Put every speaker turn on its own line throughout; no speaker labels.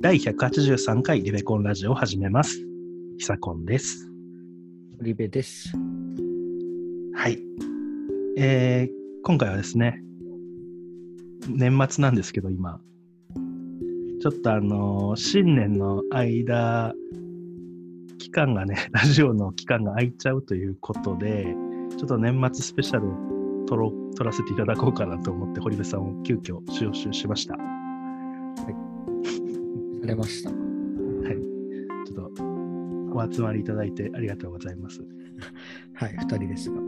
第183回リベコンラジオを始めます。久コンです。
リベです。
はい。えー今回はですね、年末なんですけど、今、ちょっとあのー新年の間、期間がね、 ラジオの期間が空いちゃうということで、ちょっと年末スペシャルを撮ろう撮らせていただこうかなと思って、堀部さんを急遽招集しました。
されました。
ちょっとお集まりいただいてありがとうございます。
はい、二人ですが。
っ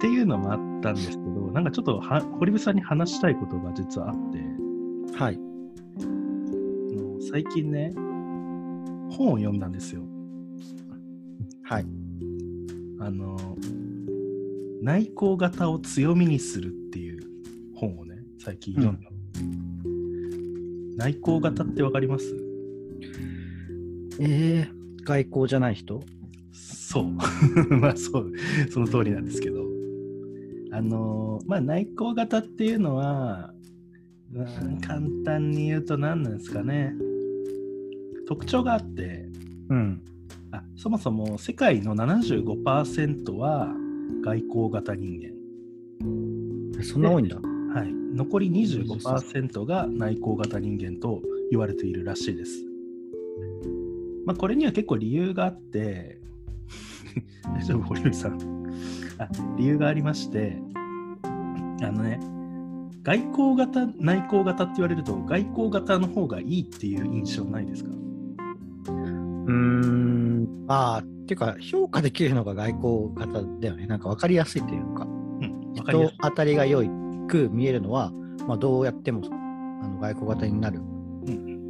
ていうのもあったんですけど、なんかちょっとは堀部さんに話したいことが実はあって、
は
あ
い。
の最近ね、本を読んだんですよ。
はい。
あの、内向型を強みにするっていう本をね、最近読んだ。内向型ってわかります
えー、外交じゃない人
そう。 まあそう、その通りなんですけど。あのまあ内向型っていうのは、うん簡単に言うと何なんですかね。特徴があって、
うん。
あそもそも世界の75%は外交型人
そんな多いんだ。
間、はい、残り25%が内向型人間と言われているらしいです。まあ、これには結構理由があって、 大丈夫、堀内さんあ。理由がありまして、あのね、外交型、内向型って言われると、外交型の方がいいっていう印象ないですか
うーん。まあ、っていうか、評価できるのが外交型だよね。なんか分かりやすいというか、
うん、わかりや
人
すい。
当たりが良いく見えるのは、まあ、どうやってもあの外交型になる。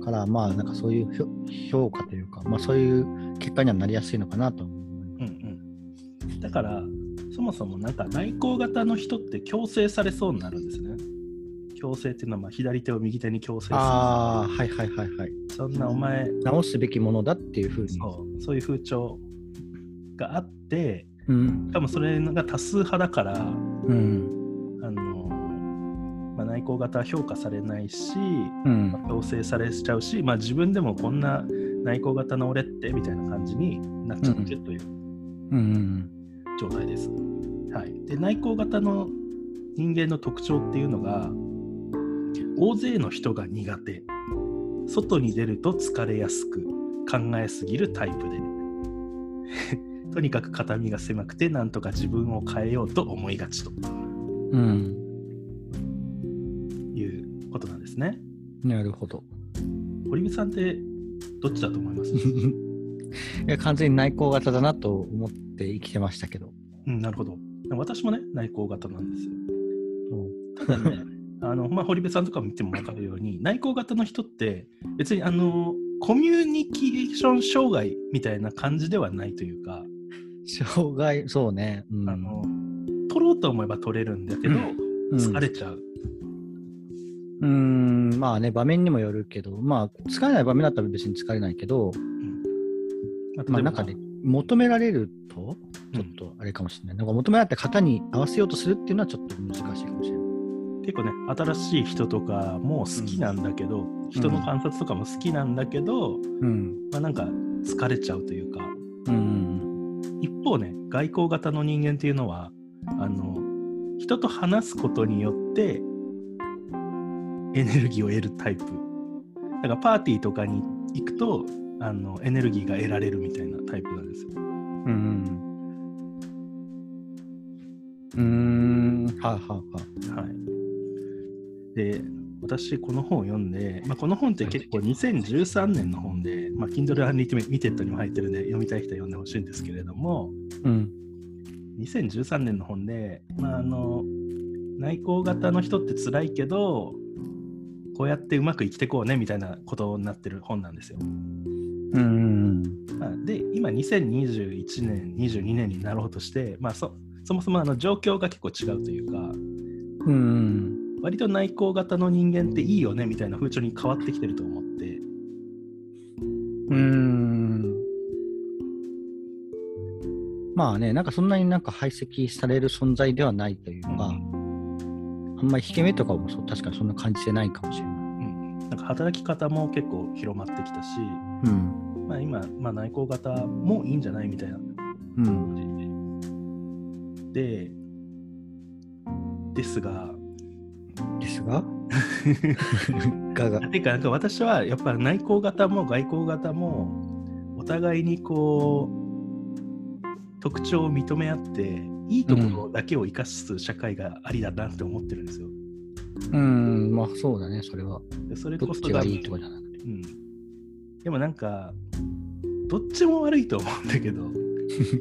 から、まあ、なんかそういうひょ評価というか、まあ、そういう結果にはなりやすいのかなと思いま
う
す。
んうん、だからそもそもなんか内向型の人って強制されそうになるんですね。強制っていうのはまあ左手を右手に強制する
ああ、はいはいはいはい。
そんなお前
直すべきものだっていうふうに。
そうそういう風潮があって
うん
し。かもそれが多数派だからあの、
うん。
まあ、内向型は評価されないし
うん。
強制されちゃうし、まあ、自分でもこんな内向型の俺ってみたいな感じになっちゃってるという
うん
状態です。はい、で内向型の人間の特徴っていうのが大勢の人が苦手外に出ると疲れやすく考えすぎるタイプで とにかく肩身が狭くてなんとか自分を変えようと思いがちと
うん、
いうことなんですね。
なるほど。
堀部さんってどっちだと思います
いや完全に内向型だなと思って生きてましたけど。
うん、なるほど。私もね、内向型なんですよ。ただねあの、まあ、堀部さんとか見ても分かるように内向型の人って別にあのコミュニケーション障害みたいな感じではないというか、
障害、そうね。うん、
あの取ろうと思えば取れるんだけど、
うん
疲れちゃう、
うん、まあね、場面にもよるけど、まあ、疲れない場面だったら別に疲れないけど、
まあ
まあ、
例えば
なんかね、求められると、ちょっとあれかもしれない。なんか求められた方に合わせようとするっていうのはちょっと難しいかもしれない。
結構ね新しい人とかも好きなんだけど、人の観察とかも好きなんだけど、
うん。
まあ、なんか疲れちゃうというか
うん。
一方ね外交型の人間っていうのはあの人と話すことによってエネルギーを得るタイプだからパーティーとかに行くとあのエネルギーが得られるみたいなタイプなんですよ。
うん。うん。はあ、はあ、はあ。
はい、で私この本を読んで、まあ、この本って結構2013年の本で、まあ、Kindle Unlimited にも入ってるんで読みたい人は読んでほしいんですけれども、
うん。
2013年の本で、まあ、あの内向型の人って辛いけどこうやってうまく生きてこうねみたいなことになってる本なんですよ。
うん。
まあで今2021年22年になろうとして、まあ、そそもそもあの状況が結構違うというか
うん。
割と内向型の人間っていいよねみたいな風潮に変わってきてると思って
うーんまあね、なんかそんなになんか排斥される存在ではないというか、あんまり引け目とかもそう確かにそんな感じてないかもしれな
う
い。
んなんか働き方も結構広まってきたし、
うん。
まあ、今、まあ、内向型もいいんじゃないみたいな
うん。
でですが
ですががが。
てかなんか私はやっぱ内向型も外向型もお互いにこう特徴を認め合っていいところだけを生かす社会がありだなって思ってるんですよ。
うん、まあそうだね、それは。
でそれ
ど
こ
っ
そ
ちがいいとかじゃなくて。
うん、でもなんかどっちも悪いと思うんだけ ど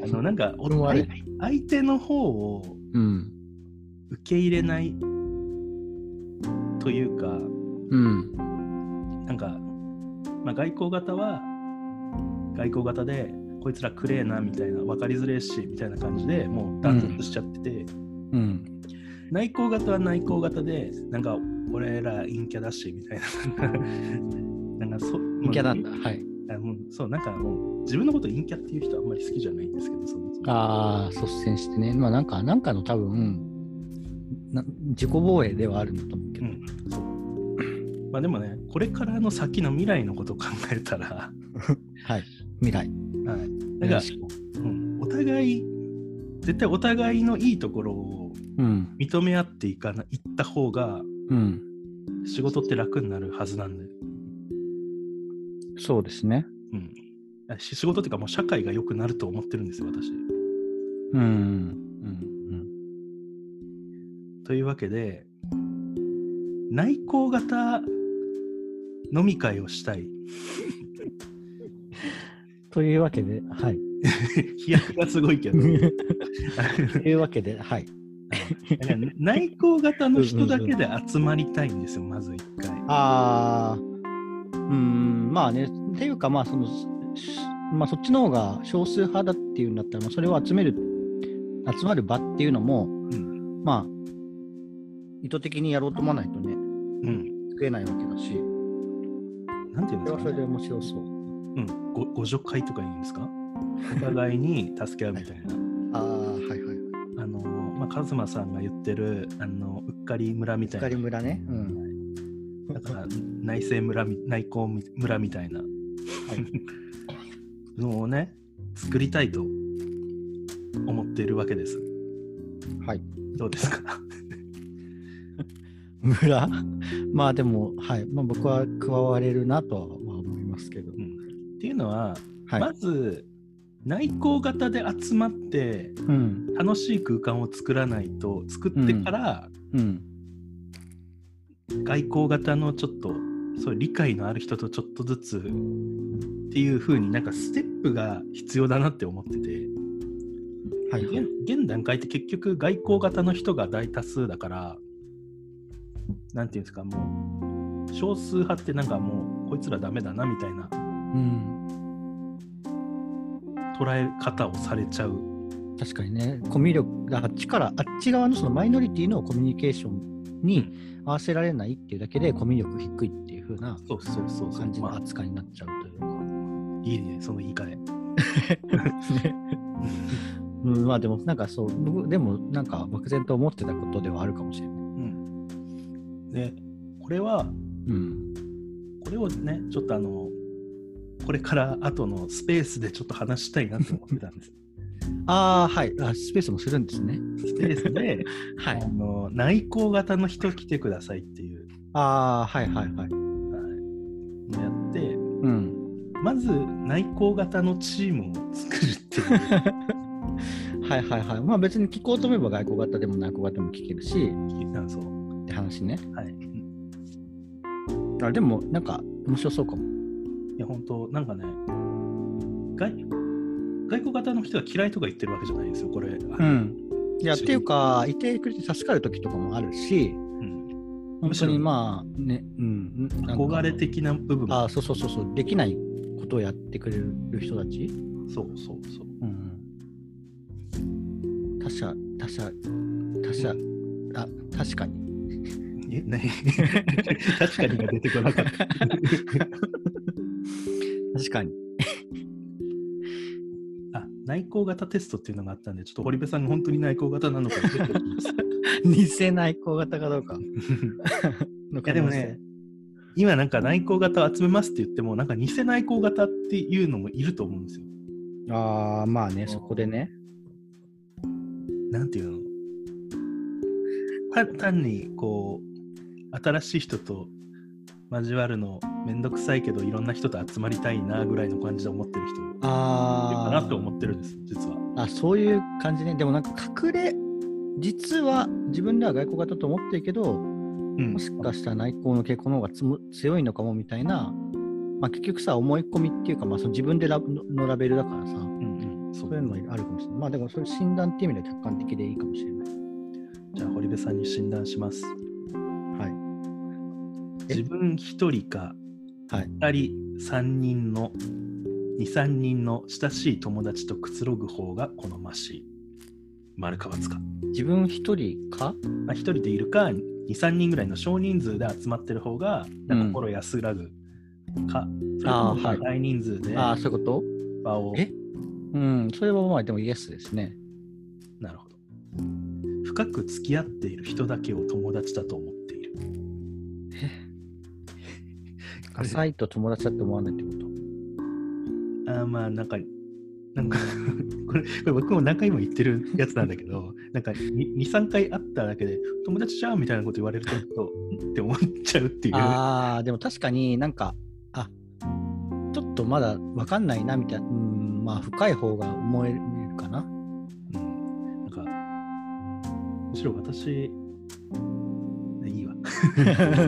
あのなんかお
俺も悪い
相相手の方を
うん。
受け入れないというか
うん。
なんか、まあ、外交型は外交型でこいつらくれえなみたいな分かりづれえしみたいな感じでもう断絶しちゃってて、
うん。
内向型は内向型でなんか俺ら陰キャだしみたいな なんかそ
陰キャなんだ。はい。
あもうそうなんかもう自分のこと陰キャっていう人あんまり好きじゃないんですけどそもそも
ああ、率先してね。まあなんか、なんかの多分、な自己防衛ではあるんだと思うけ
う
ど。
んそうまあでもねこれからの先の未来のことを考えたら、は
はい。未来。
い、なんか、うん、お互い絶対お互いのいいところを
うん。
認め合っていかない行った方が
うん。
仕事って楽になるはずなんで、
そうですね。
うん、し仕事っていうかもう社会が良くなると思ってるんですよ私。
うん。うん。
というわけで内向型飲み会をしたい
というわけで、 はい。
飛躍がすごいけど
というわけで、はい。
内向型の人だけで集まりたいんですよまず一回。
ああ、うん、まあね、っていうか、まあ、その、しまあ、そっちの方が少数派だっていうんだったら、まあ、それを集める、集まる場っていうのも、
ん
まあ、意図的にやろうと思わないとね、
うん、
作れないわけだし、
なんていうんで
それ
す
は
か
それ
ね
で面白そう。
うん、ごご助会とか言うんですかお互いに助け合うみたいな。
ああ、はいはい。
あのまあ、カズマさんが言ってるあのうっかり村みたいな
光村ね。うん。
だから内政村み内向み村みたいな のをね作りたいと思っているわけです。
はい。
どうですか
村 まあでも、はい。まあ僕は加われるなとはまあ思いますけど。
っていうのは、
はい。
まず内向型で集まって
うん。
楽しい空間を作らないと作ってから、
うん。
外交型のちょっとそういう理解のある人とちょっとずつっていう風になんかステップが必要だなって思ってて。
はいはい。
現現段階って結局外交型の人が大多数だからなんていうんですかもう少数派ってなんかもうこいつらダメだなみたいな
うん。
捉え方をされちゃう、
確かにね、コミュ力があっちから、あっち側のそのマイノリティのコミュニケーションに合わせられないっていうだけで、コミュ力低いっていう風な
そうそうそうそう
感じの
まあ
扱いになっちゃうというか。
いいねその言い換え
うん、まあでも、なんかそう、僕、でもなんか漠然と思ってたことではあるかもしれない。
うんでこれは
うん。
これをねちょっとあのこれから後のスペースでちょっと話したいなと思ってたんです
ああ、はいあ。スペースもするんですね。
スペースで
は
あ。の内向型の人来てくださいっていう、
ああ、はいはいはい。
はい、のやって
うん。
まず内向型のチームを作るっていう
はいはいはい。まあ別に聞こうと思えば外交型でも内向型でも聞けるし、
なんそう
って話ね。
はいい
あでも、なんか面白そうかも。
や本当なんかね外外交型の人が嫌いとか言ってるわけじゃないですよこれ、
うん、いやっ
そう
ていうか、いてくれて助かる時とかもあるし、
うん
本
むし
当
ろ
にまあね、うん、なんか
憧れ的な部分
あそうそうそうそう、できないことをやってくれる人たち、
そうそうそう
うん、他者、他者、他者、あ確 かに。
え何 確かにが出てこなかった
確かに。
あ内向型テストっていうのがあったんでちょっと堀部さんが本当に内向型なのかちょっと聞きま す
似せない子型かどう か
い
の可
や
能性。
でもね今なんか内向型を集めますって言ってもなんか偽内向型っていうのもいると思うんですよ。
ああ、まあね、そこでね。
なんていうのた単にこう新しい人と交わるのめんどくさいけどいろんな人と集まりたいなぐらいの感じで思ってる人いるかな
あ
と思ってるんです実は。
あ。あ、そういう感じね。でもなんか隠れ、実は自分では外交型と思ってるけど、
うん
もしかしたら内向の傾向の方がつむ強いのかもみたいな、まあ、結局さ、思い込みっていうか、まあ、その自分でラブののラベルだからさ、
うんうん、そ
そういうのもあるかもしれない。まあでも、そういう診断っていう意味では客観的でいいかもしれない。
じゃあ堀部さんに診断します。
はい。え
自分一人か
はい。
二人三人の二三人の親しい友達とくつろぐ方が好ましい。丸か×か。
自分一人か
まあ、一人でいるか二三人ぐらいの少人数で集まってる方がなんか心安らぐか、それとも
はい
大人数で
ああ、そういうこと
場を、
えうん、それはまあでもイエスですね。
なるほど深く付き合っている人だけを友達だと思っている
浅いと友達だって思わないってこと。
あーまあなんかなんか これこれ僕も何回も言ってるやつなんだけどなんか23回会っただけで友達じゃんみたいなこと言われるとちょっとんって思っちゃうっていう
ああ、でも確かになんか、あちょっとまだ分かんないなみたいな、うん、まあ深い方が思えるか な。
うんなんかむしろ私いいわ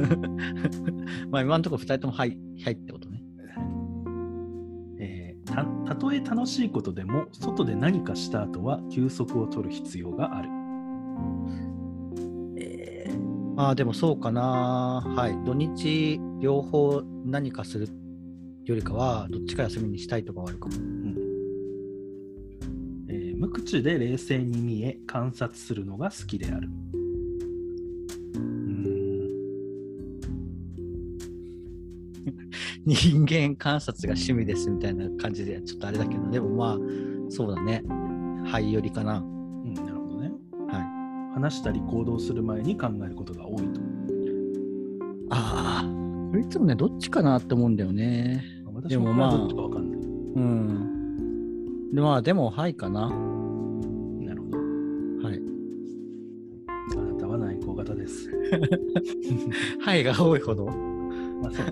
まあ今のところ2人ともはい、はいってことね。
えーたたとえ楽しいことでも外で何かした後は休息を取る必要がある
まあでもそうかな。はい。土日両方何かするよりかは、どっちか休みにしたいとかはあるかも。
えー無口で冷静に見え観察するのが好きであるうーん
人間観察が趣味ですみたいな感じで、ちょっとあれだけど、でもまあ、そうだね。はいよりかな。
うんなるほどね
はい。
話したり行動する前に考えることが多いと
ああ、これいつもね、どっちかなって思うんだよね。
私
で
も
も
ま
ま
あ
あ
どっちかわかんない
うん。でまあ、でも、はいかな。は
なるほど
い。
あなたは内向型です
はいが多いほど。は
まあそう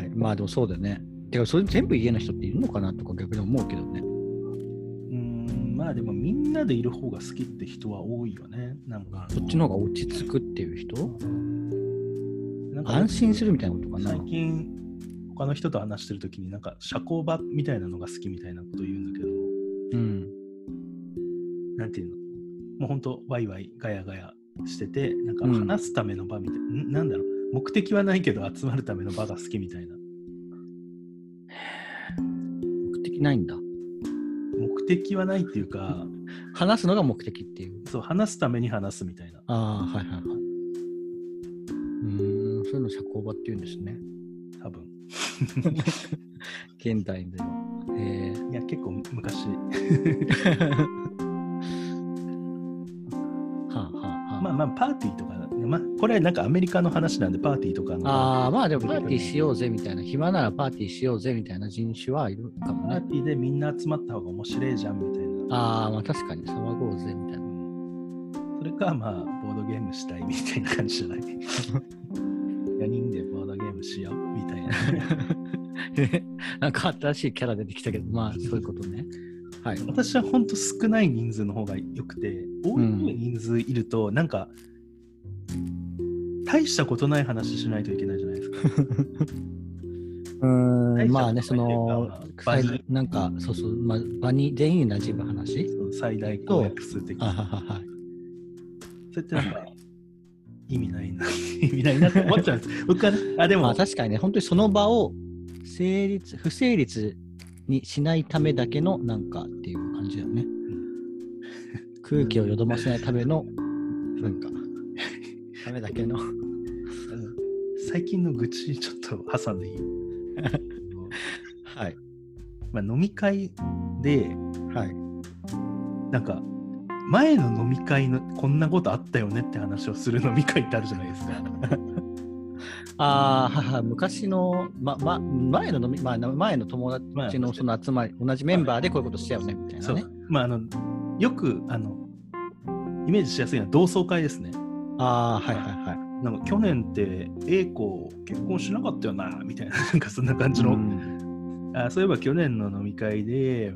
ね
い。まあ、でもそうだよね。てか、それ全部家の人っているのかなとか逆に思うけどね。
うーんまあでもみんなでいる方が好きって人は多いよねなんか
そっちの方が落ち着くっていう人
なんか
安心するみたいなことかな。
最近他の人と話してる時になんか社交場みたいなのが好きみたいなこと言うんだけど
うん。
なんていうのもうほんとワイワイガヤガヤしててなんか
うん
話すための場みたいな、んなんだろう目的はないけど集まるための場が好きみたいな
目的ないんだ。
目的はないっていうか
話すのが目的っていう。
そう話すために話すみたいな
ああ、はいはいはい。うーん、そういうの社交場っていうんですね。
多分
現代では。へえ。
いや結構昔
はあはあはあ。
まあまあパーティーとか、ねまあ、これなんかアメリカの話なんでパーティーとかの
ああ、まあでもパーティーしようぜみたいな、暇ならパーティーしようぜみたいな人種はいるかも
パー
ね。
ティーでみんな集まった方が面白いじゃんみたいな
ああ、まあ確かに騒ごうぜみたいな。
それか、まあ、ボードゲームしたいみたいな感じじゃない ?4 人でボードゲームしようみたい な。
なんか新しいキャラ出てきたけど、まあそういうことね。はい。
私は本当少ない人数の方が良くて、多い人数いると、なんか、大したことない話しないといけないじゃないですか。
うん
ん
まあね、その
大丈夫、
最後なんか、そうそう、まあ、場に全員に馴染む話。
その最大公約数的
あは
に。
はは。
それってなんか、意味ないな、意味ないなって思っちゃうんです。僕はね、あ、で
まあ
も、
確かにね、本当にその場を成立、不成立にしないためだけのなんかっていう感じだよね。 空気をよどませないためのなんか、ためだけの。
最近の愚痴ちょっと挟んでいい
はい。
まあ飲み会で、
はい。
なんか前の飲み会のこんなことあったよねって話をする飲み会ってあるじゃないですか。
あああ、はは昔の、ま、ま、前の飲み、まあ、前の友達のその集まり、同じメンバーでこういうことしちゃうね、みたいな
そう
ね。
まああのよくあのイメージしやすいのは同窓会ですね。
ああ、はいはいはい。
なんか去年って A 子結婚しなかったよなみたいな なんかそんな感じの、
うん
あそういえば去年の飲み会で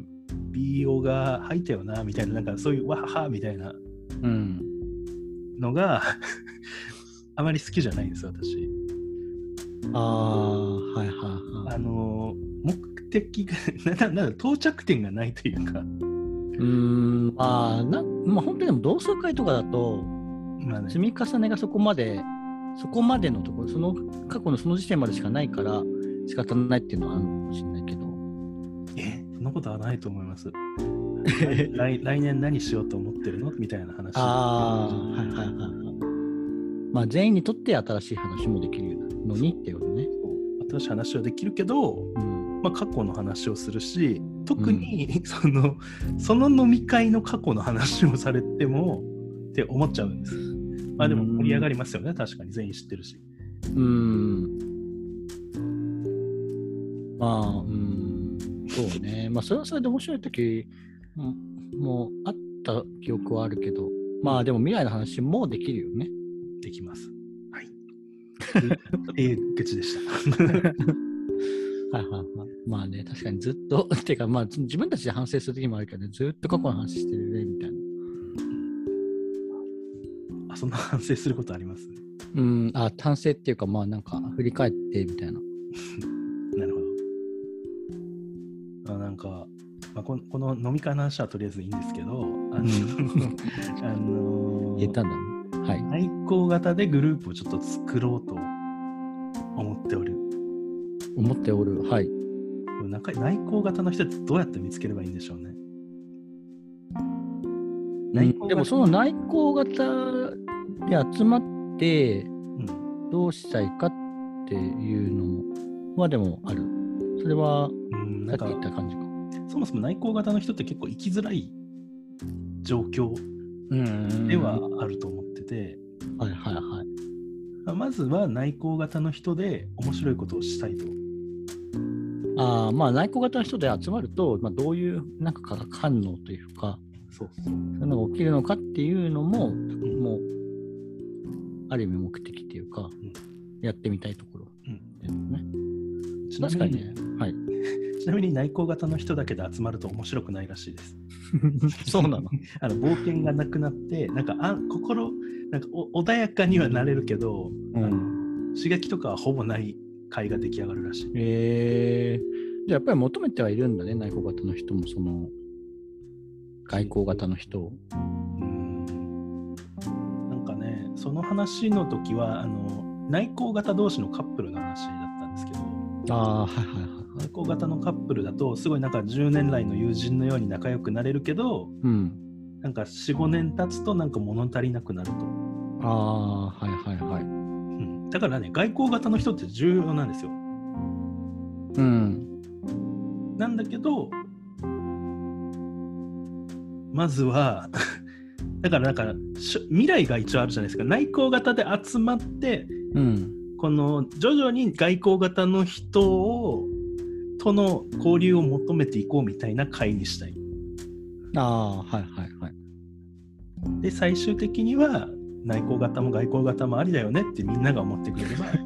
BO が入ったよなみたいななんかそういうわははみたいな
うん。
のが あまり好きじゃないんです私。
ああ、はいはいは
あの目的が なななんだ到着点がないというか、
い。うーん、まあ、なまあ、本当にでも同窓会とかだと、
まあね
積み重ねがそこまで、そこまでのところ、その過去のその時点までしかないから、仕方ないっていうのはあるのかもしれない けど。
えそんなことはないと思います。来来来年何しようと思ってるのみたいな話。
ああ、はいはいはいはい。まあ、全員にとって新しい話もできるのにっていうことね。
新しい話はできるけど、
うん、
まあ、過去の話をするし特に その,、その飲み会の過去の話をされてもって思っちゃうんです。まあでも
うん
盛り上がりますよね、確かに全員知ってるし。
うん。まあ、うん、そうね。まあ、それはそれで面白い時うんもうあった記憶はあるけど、まあ、でも未来の話もできるよね。
できます。はい。 ええ愚痴でした。
はいはいはい。まあね、確かにずっと、 てか、まあ、自分たちで反省する時もあるけどね、ずっと過去の話してるね、みたいな。
あそんな反省することあります
うん、あ、反省っていうか、まあ、なんか、振り返って、みたいな。
なるほど。あなんか、まあ、このこの飲み会の話はとりあえずいいんですけど、あの、あのー
言ったんだもん。はい。
内向型でグループをちょっと作ろうと思っておる。
思っておる。はい。
なんか内向型の人ってどうやって見つければいいんでしょうね。内向型
でもその内向型で集まって
うん
どうしたいかっていうのはでもある。それは
うん、な
さっ
ん
き
か
言った感じか。
そもそも内向型の人って結構生きづらい状況
うん
では
は
あると思ってて、
いはいはい。
まあまずは内向型の人で面白いことをしたいと。
あーまあ内向型の人で集まると、まあ、どういうなんか化学反応というか
そうそう。
そういうのが起きるのかっていうのも
ん
もうある意味目的っていうか、やってみたいところ
うん
ですね。
ちな
確か
み
に
に
ね。はい。
ちなみに内向型の人だけで集まると面白くないらしいです。
そうなの
あの冒険がなくなって、なんかあ心なんかお穏やかにはなれるけど、
うん
あの刺激とかはほぼない会が出来上がるらしい。
えー、じゃあやっぱり求めてはいるんだね、内向型の人も、その、外交型の人を。
うんなんかね、その話の時はあの内向型同士のカップルの話だったんですけど、
ああ、はいはいはい。
内向型のカップルだとすごいなんか10年来の友人のように仲良くなれるけど、
うん。
なんか4、5年経つとなんか物足りなくなると。
ああー、はいはいはい。
うんだからね、外交型の人って重要なんですよ。
うん。
なんだけど、まずは、 だからなんかしょ未来が一応あるじゃないですか。内向型で集まって、
うん。
この徐々に外交型の人をとの交流を求めていこうみたいな会にしたい。
ああ、はいはいはい。
で、最終的には内向型も外交型もありだよねってみんなが思ってくれればいい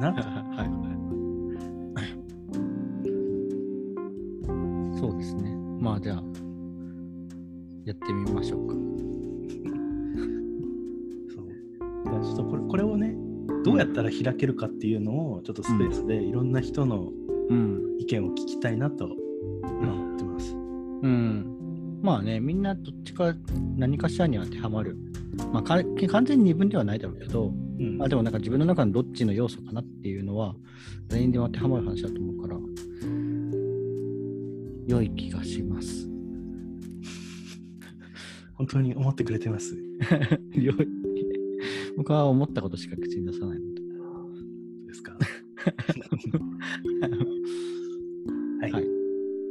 なと。
はいはいはい。そうですね。まあじゃあ、やってみましょうか。
そうだからちょっとこれこれをね、どうやったら開けるかっていうのをちょっとスペースでいろんな人の
うん。
意見を聞きたいなと今思ってます。
うん。まあね、みんなどっちか何かしらに当てはまる。まあ、か完全に二分ではないだろうけど、
うん
まあ、でもなんか自分の中のどっちの要素かなっていうのは、全員で当てはまる話だと思うから、良い気がします。
本当に思ってくれてます。
良い。僕は思ったことしか口に出さないので。
です か。 は、
はいい。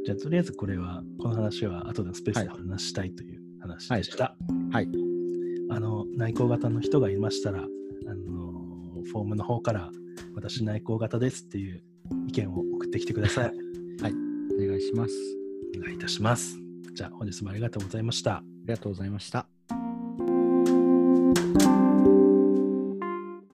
じゃあとりあえずこれはこの話は後でスペースで話したいという話でした。
はいはい
あの内向型の人がいましたらあのフォームの方から、私、内向型ですっていう意見を送ってきてください。
お願いします。
お願いいたします。じゃあ、本日もありがとうございました。
ありがとうございました。
「